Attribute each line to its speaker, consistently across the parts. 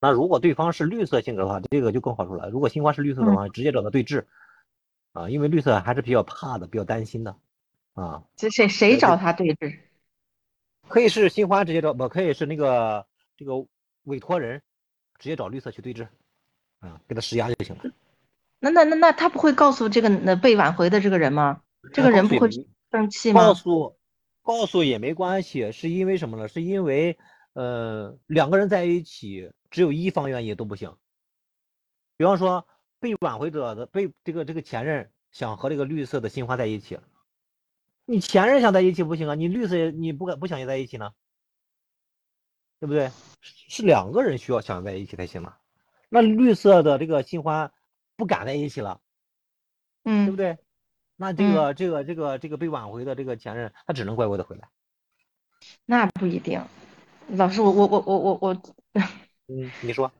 Speaker 1: 那如果对方是绿色性格的话，这个就更好说了。如果新花是绿
Speaker 2: 嗯
Speaker 1: 色的话，直接找他对峙，啊，因为绿色还是比较怕的，比较担心的，啊，
Speaker 2: 这谁谁找他对峙？
Speaker 1: 可以是新花直接找，不可以是那个这个委托人直接找绿色去对峙，啊，给他施压就行了。
Speaker 2: 那那那那他不会告诉这个那被挽回的这个人吗？这个人不会生气吗？
Speaker 1: 告诉告诉也没关系，是因为什么呢？是因为呃两个人在一起，只有一方愿意都不行。比方说被挽回者的被这个这个前任想和这个绿色的新花在一起，你前任想在一起不行啊，你绿色也你不敢不想在一起呢，对不对？是两个人需要想在一起才行嘛。那绿色的这个新花。不敢在一起了，
Speaker 2: 嗯，
Speaker 1: 对不对？那这个、嗯、这个这个这个被挽回的这个前任，他只能乖乖的回来。
Speaker 2: 那不一定，老师，我我我我我我，
Speaker 1: 嗯，你说，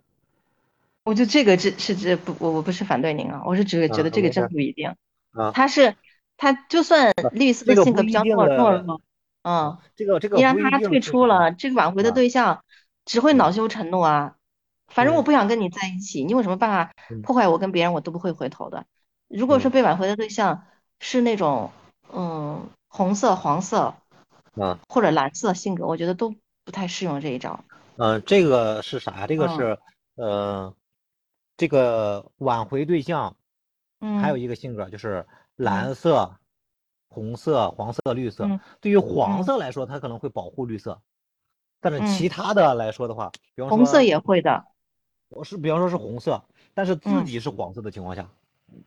Speaker 2: 我就这个这是这不我我不是反对您啊，我是只是觉得这个真不一定
Speaker 1: 啊。
Speaker 2: 他是他就算绿色的性格比较懦弱，
Speaker 1: 嗯，这个这个
Speaker 2: 你让哦他退出了，这个挽
Speaker 1: 啊
Speaker 2: 回的对象只会恼羞成怒啊。反正我不想跟你在一起，你有什么办法
Speaker 1: 嗯
Speaker 2: 破坏我跟别人，我都不会回头的。如果说被挽回的对象是那种嗯红色、黄色，
Speaker 1: 啊
Speaker 2: 或者蓝色性格，我觉得都不太适用这一招。
Speaker 1: 嗯、呃，这个是啥？这个
Speaker 2: 哦
Speaker 1: 是、嗯、呃，这个挽回对象，还有一个性格就是蓝色、
Speaker 2: 嗯、
Speaker 1: 红色、黄色、绿色。
Speaker 2: 嗯、嗯
Speaker 1: 对于黄色来说，它可能会保护绿色，但是其他的来说的话，比方说
Speaker 2: 红色也会的。
Speaker 1: 我是比方说是红色，但是自
Speaker 2: 嗯
Speaker 1: 己是黄色的情况下，嗯、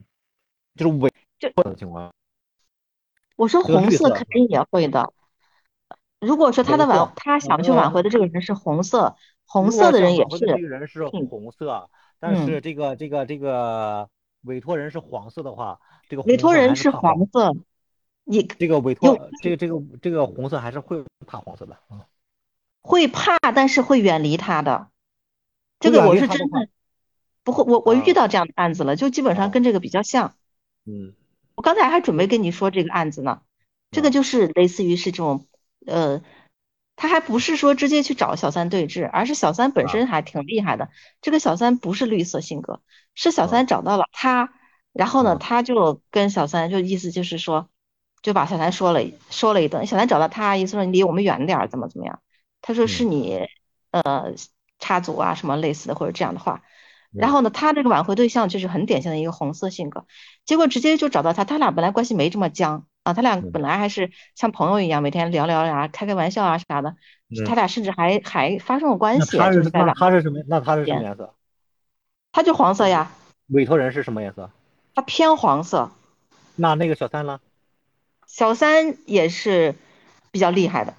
Speaker 1: 就是伪
Speaker 2: 这
Speaker 1: 的情况。
Speaker 2: 我说红色肯定也会的。如果说他的挽他想去挽回的这个人是红色，红色
Speaker 1: 的
Speaker 2: 人也是。嗯
Speaker 1: 这个人是红色，啊但是这个这个这个委托人是黄色的话，这个
Speaker 2: 委托人是黄色，你
Speaker 1: 这个委托这个这个这个红色还是会怕黄色的啊，嗯、
Speaker 2: 会怕，但是会远离他的。这个我是真的不会，我我遇到这样的案子了，就基本上跟这个比较像。
Speaker 1: 嗯，
Speaker 2: 我刚才还准备跟你说这个案子呢，这个就是类似于是这种，呃，他还不是说直接去找小三对峙，而是小三本身还挺厉害的。这个小三不是绿色性格，是小三找到了他，然后呢，他就跟小三就意思就是说，就把小三说了说了一顿。小三找到他，意思说你离我们远点儿，怎么怎么样？他说是你，呃。插足啊，什么类似的或者这样的话，然后呢，他这个挽回对象就是很典型的一个红色性格，结果直接就找到他，他俩本来关系没这么僵啊，他俩
Speaker 1: 嗯
Speaker 2: 本来还是像朋友一样，每天聊聊呀、啊，开开玩笑啊啥的，他俩甚至还还发生过关系。
Speaker 1: 他是嗯那他是什么？那他是什么颜色？
Speaker 2: 他就黄色呀。
Speaker 1: 委托人是什么颜色？
Speaker 2: 他偏黄色。
Speaker 1: 那那个小三呢？
Speaker 2: 小三也是比较厉害的。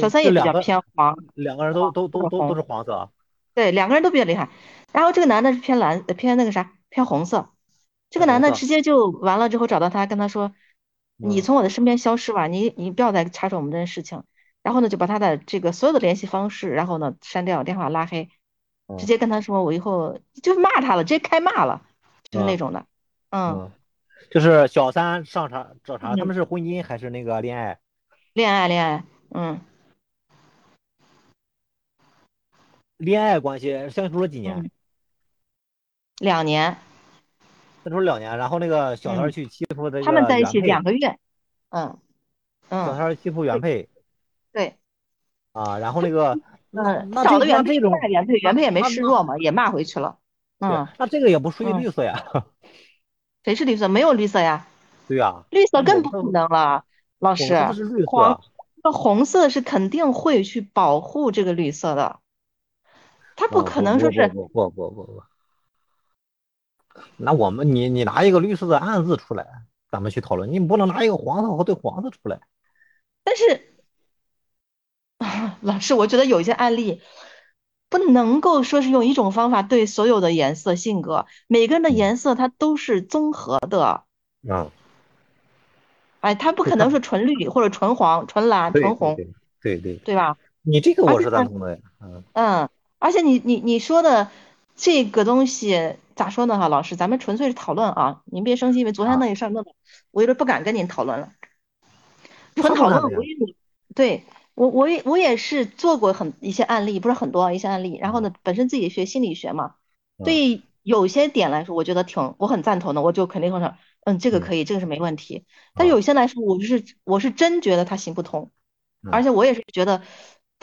Speaker 2: 小三也比较偏黄，
Speaker 1: 两个人都都都都都是黄色啊。
Speaker 2: 对，两个人都比较厉害。然后这个男的是偏蓝，偏那个啥，偏红色。
Speaker 1: 哦
Speaker 2: 这个男的直接就完了之后找到他，跟他说：“
Speaker 1: 嗯
Speaker 2: 你从我的身边消失吧，你你不要再插手我们的事情。”然后呢，就把他的这个所有的联系方式，然后呢删掉，电话拉黑，
Speaker 1: 哦
Speaker 2: 直接跟他说：“我以后就骂他了，直接开骂了，就是
Speaker 1: 哦
Speaker 2: 那种的。”嗯，
Speaker 1: 就是小三上查找茬，他们是婚姻还是那个恋爱？
Speaker 2: 恋爱，恋爱，嗯。
Speaker 1: 恋爱关系相处了几年？
Speaker 2: 嗯、两年。
Speaker 1: 相处两年，然后那个小三去欺负这个、
Speaker 2: 嗯、他们在一起两个月，嗯嗯。
Speaker 1: 小三欺负原配。
Speaker 2: 对。
Speaker 1: 啊，然后那 个，
Speaker 2: 嗯，
Speaker 1: 那
Speaker 2: 找了原
Speaker 1: 配，骂
Speaker 2: 原配，原配也没示弱嘛，也骂回去了。嗯，
Speaker 1: 那这个也不属于绿色呀。
Speaker 2: 谁是绿色？没有绿色呀。
Speaker 1: 对呀。
Speaker 2: 绿色更不可能了，老师。
Speaker 1: 是绿色。啊
Speaker 2: 那红色是肯定会去保护这个绿色的。他不可能说是
Speaker 1: 嗯啊不不不不不，那我们你你拿一个绿色的暗字出来，咱们去讨论，你不能拿一个黄色和对黄色出来。
Speaker 2: 但是，啊，老师，我觉得有一些案例不能够说是用一种方法对所有的颜色性格，每个人的颜色它都是综合的。
Speaker 1: 嗯。
Speaker 2: 哎，他不可能是纯绿或者纯黄、纯蓝、纯红。啊
Speaker 1: 对对
Speaker 2: 对吧？
Speaker 1: 你这个我是赞同的呀。嗯
Speaker 2: 嗯。而且你你你说的这个东西咋说呢？哈，老师，咱们纯粹是讨论啊，您别生气，因为昨天那个事儿弄的，我有点不敢跟您讨论了。纯讨论，我也对我我也我也是做过很一些案例，不是很多啊一些案例。然后呢，本身自己学心理学嘛，
Speaker 1: 嗯
Speaker 2: 对有些点来说，我觉得挺我很赞同的，我就肯定会说，嗯，这个
Speaker 1: 嗯
Speaker 2: 可以，这个是没问题。但
Speaker 1: 啊
Speaker 2: 有些来说，我是我是真觉得它行不通，
Speaker 1: 嗯
Speaker 2: 而且我也是觉得，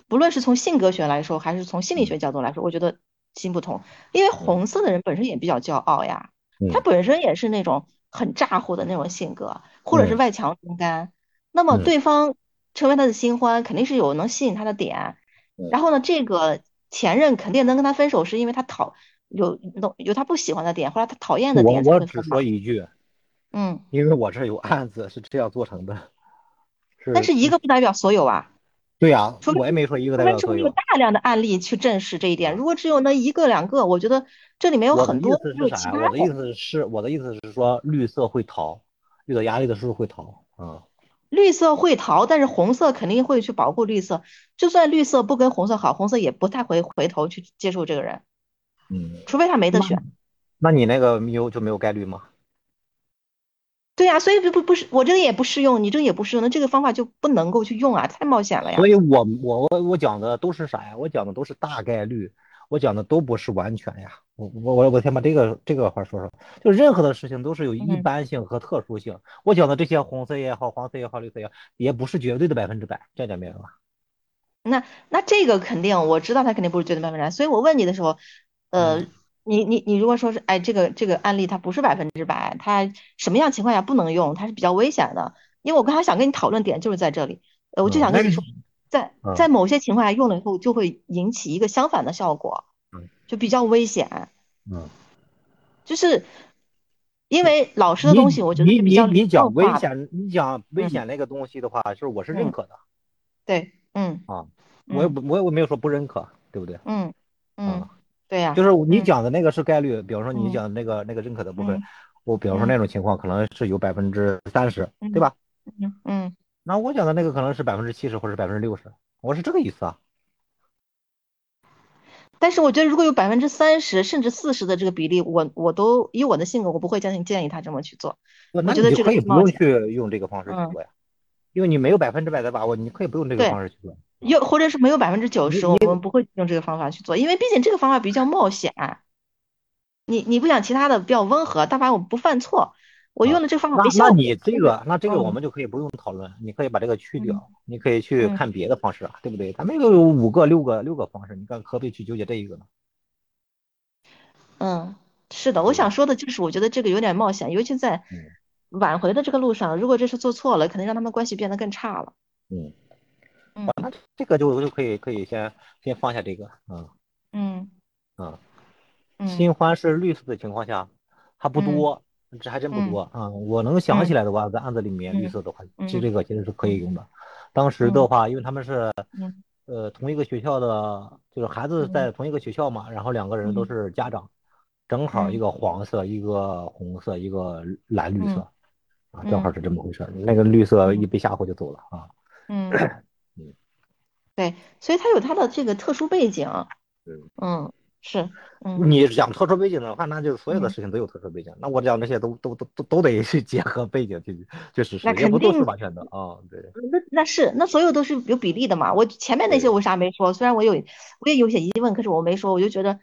Speaker 2: 不论是从性格学来说，还是从心
Speaker 1: 嗯
Speaker 2: 理学角度来说，我觉得行不通。因为红色的人本身也比较骄傲呀，他
Speaker 1: 嗯
Speaker 2: 本身也是那种很咋呼的那种性格，或者是
Speaker 1: 嗯
Speaker 2: 外强中干。那么
Speaker 1: 嗯
Speaker 2: 对方成为他的新欢，肯定是有能吸引他的点。
Speaker 1: 嗯
Speaker 2: 然后呢，这个前任肯定能跟他分手，是因为他讨有有有他不喜欢的点，或者他讨厌的
Speaker 1: 我
Speaker 2: 点才
Speaker 1: 我
Speaker 2: 会
Speaker 1: 只
Speaker 2: 分
Speaker 1: 说
Speaker 2: 嘛。
Speaker 1: 一句，
Speaker 2: 嗯，
Speaker 1: 因为我这儿有案子是这样做成的，是
Speaker 2: 但是一个不代表所有啊。
Speaker 1: 对呀、
Speaker 2: 除非
Speaker 1: 我也没说一个
Speaker 2: 除
Speaker 1: 代
Speaker 2: 非
Speaker 1: 表
Speaker 2: 是
Speaker 1: 所
Speaker 2: 我们有
Speaker 1: 有，
Speaker 2: 大量的案例去证实这一点，
Speaker 1: 啊
Speaker 2: 如果只有那一个两个，我觉得这里面有
Speaker 1: 我的
Speaker 2: 很
Speaker 1: 意
Speaker 2: 多，
Speaker 1: 思
Speaker 2: 还
Speaker 1: 是
Speaker 2: 有七
Speaker 1: 啥？
Speaker 2: 八
Speaker 1: 我的意
Speaker 2: 种。
Speaker 1: 思是，我的意思是说，绿色会逃，遇到压力的时候会逃啊。
Speaker 2: 绿色会逃，但是红色肯定会去保护绿色。就算绿色不跟红色好，红色也不太会回头去接受这个人，
Speaker 1: 嗯，
Speaker 2: 除非他没得
Speaker 1: 那
Speaker 2: 选。
Speaker 1: 那你那个没有就没有概率吗？
Speaker 2: 对呀、所以不不不是我这个也不适用，你这个也不适用，那这个方法就不能够去用啊，太冒险了呀。
Speaker 1: 所以我我我我讲的都是啥呀？我讲的都是大概率，我讲的都不是完全呀。我我我我先把这个这个话说说，就任何的事情都是有一
Speaker 2: 嗯
Speaker 1: 般性和特殊性。我讲的这些红色也好，黄色也好，绿色也好，也不是绝对的百分之百，这点明白吧？
Speaker 2: 那那这个肯定，我知道他肯定不是绝对百分之百，所以我问你的时候，呃，
Speaker 1: 嗯
Speaker 2: 你你你如果说是，哎，这个这个案例它不是百分之百，它什么样情况下不能用，它是比较危险的，因为我刚才想跟你讨论点就是在这里，呃，我就
Speaker 1: 嗯，
Speaker 2: 想
Speaker 1: 那
Speaker 2: 跟你
Speaker 1: 你
Speaker 2: 说，在在
Speaker 1: 嗯
Speaker 2: 某些情况下用了以后就会引起一个相反的效果，
Speaker 1: 嗯
Speaker 2: 就比较危险，
Speaker 1: 嗯，
Speaker 2: 就是因为老师的
Speaker 1: 你
Speaker 2: 东西，我觉得
Speaker 1: 你
Speaker 2: 是比
Speaker 1: 你
Speaker 2: 较理
Speaker 1: 你
Speaker 2: 论
Speaker 1: 讲危
Speaker 2: 化的，
Speaker 1: 险，你讲危
Speaker 2: 嗯
Speaker 1: 险那个东西的话，就是我是认
Speaker 2: 嗯，
Speaker 1: 可的
Speaker 2: 对，嗯
Speaker 1: 啊，我也
Speaker 2: 嗯
Speaker 1: 不我也我没有说不认可，对不对？
Speaker 2: 嗯嗯，
Speaker 1: 啊。
Speaker 2: 对
Speaker 1: 就
Speaker 2: 呀，
Speaker 1: 是你
Speaker 2: 嗯
Speaker 1: 讲的那个是概率，比方说你
Speaker 2: 嗯
Speaker 1: 讲的那个那个认可的部分，
Speaker 2: 嗯
Speaker 1: 我比方说
Speaker 2: 嗯。
Speaker 1: 那种情况可能是有百分之三十，对
Speaker 2: 嗯
Speaker 1: 吧？
Speaker 2: 嗯嗯，
Speaker 1: 那我讲的那个可能是百分之七十或者百分之六十，我是这个意思啊。
Speaker 2: 但是我觉得如果有百分之三十甚至四十的这个比例，我我都以我的性格，我不会建议建议他这么去做。
Speaker 1: 不，
Speaker 2: 我
Speaker 1: 那
Speaker 2: 觉
Speaker 1: 你
Speaker 2: 得
Speaker 1: 就
Speaker 2: 这个
Speaker 1: 可以
Speaker 2: 是
Speaker 1: 不
Speaker 2: 冒
Speaker 1: 用
Speaker 2: 险。
Speaker 1: 去用这个方式去
Speaker 2: 嗯，
Speaker 1: 做呀，因为你没有百分之百的把握，你可以不用这个
Speaker 2: 对，
Speaker 1: 方式去做。
Speaker 2: 有或者是没有百分之九
Speaker 1: 哦你
Speaker 2: 十，
Speaker 1: 你
Speaker 2: 我们不会用这个方法去做，因为毕竟这个方法比较冒险。啊你你不想其他的比较温和，但凡我不犯错，我
Speaker 1: 啊，
Speaker 2: 用的这个方法
Speaker 1: 那
Speaker 2: 没
Speaker 1: 那
Speaker 2: 效
Speaker 1: 你
Speaker 2: 果。
Speaker 1: 这
Speaker 2: 但是，
Speaker 1: 个那这个我
Speaker 2: 嗯
Speaker 1: 们就可以不用讨论，你可以把这个去
Speaker 2: 嗯
Speaker 1: 掉，你可以去
Speaker 2: 嗯，
Speaker 1: 看别的方式啊，对不对？咱们又有五个六个六个方式，你干何必去纠结这一个呢？
Speaker 2: 嗯，是的，我
Speaker 1: 对不对？
Speaker 2: 想说的就是，我觉得这个有点冒险，尤其在
Speaker 1: 嗯
Speaker 2: 挽回的这个路上，如果这次做错了，肯定让他们关系变得更差了。
Speaker 1: 嗯。
Speaker 2: 嗯
Speaker 1: 那这个就就可以可以先先放下这个，嗯
Speaker 2: 嗯
Speaker 1: 嗯，
Speaker 2: 嗯
Speaker 1: 新欢是绿色的情况下还不
Speaker 2: 嗯
Speaker 1: 多，这还真不
Speaker 2: 嗯
Speaker 1: 多啊、嗯我能想起
Speaker 2: 嗯
Speaker 1: 来的话，在案子里面绿
Speaker 2: 嗯
Speaker 1: 色的话，其实
Speaker 2: 嗯
Speaker 1: 这个其实是可以
Speaker 2: 嗯
Speaker 1: 用的。当时的
Speaker 2: 嗯
Speaker 1: 话，因为他们是
Speaker 2: 嗯
Speaker 1: 呃同一个学校的，就是孩子
Speaker 2: 嗯
Speaker 1: 在同一个学校嘛，然后两个人都
Speaker 2: 嗯
Speaker 1: 是家长，正好一
Speaker 2: 嗯
Speaker 1: 个黄色，一个红色，一个蓝绿色
Speaker 2: 嗯
Speaker 1: 啊，正好
Speaker 2: 嗯
Speaker 1: 是这么回事儿。那个绿色一
Speaker 2: 嗯
Speaker 1: 被吓唬就走了啊，
Speaker 2: 嗯，
Speaker 1: 嗯
Speaker 2: 对，所以它有它的这个特殊背景，
Speaker 1: 嗯。
Speaker 2: 嗯，是，嗯
Speaker 1: 你讲特殊背景的话，那就所有的
Speaker 2: 嗯，
Speaker 1: 事情都有特殊背景。那我讲这些都都都都都得去结合背景去去实
Speaker 2: 那
Speaker 1: 施，也
Speaker 2: 肯
Speaker 1: 不都是
Speaker 2: 定，
Speaker 1: 完全的啊、对
Speaker 2: 那那是那所有都是有比例的嘛。我前面那些
Speaker 1: 对，
Speaker 2: 为啥没说？虽然我有我也有些疑问，可是我没说，我就觉得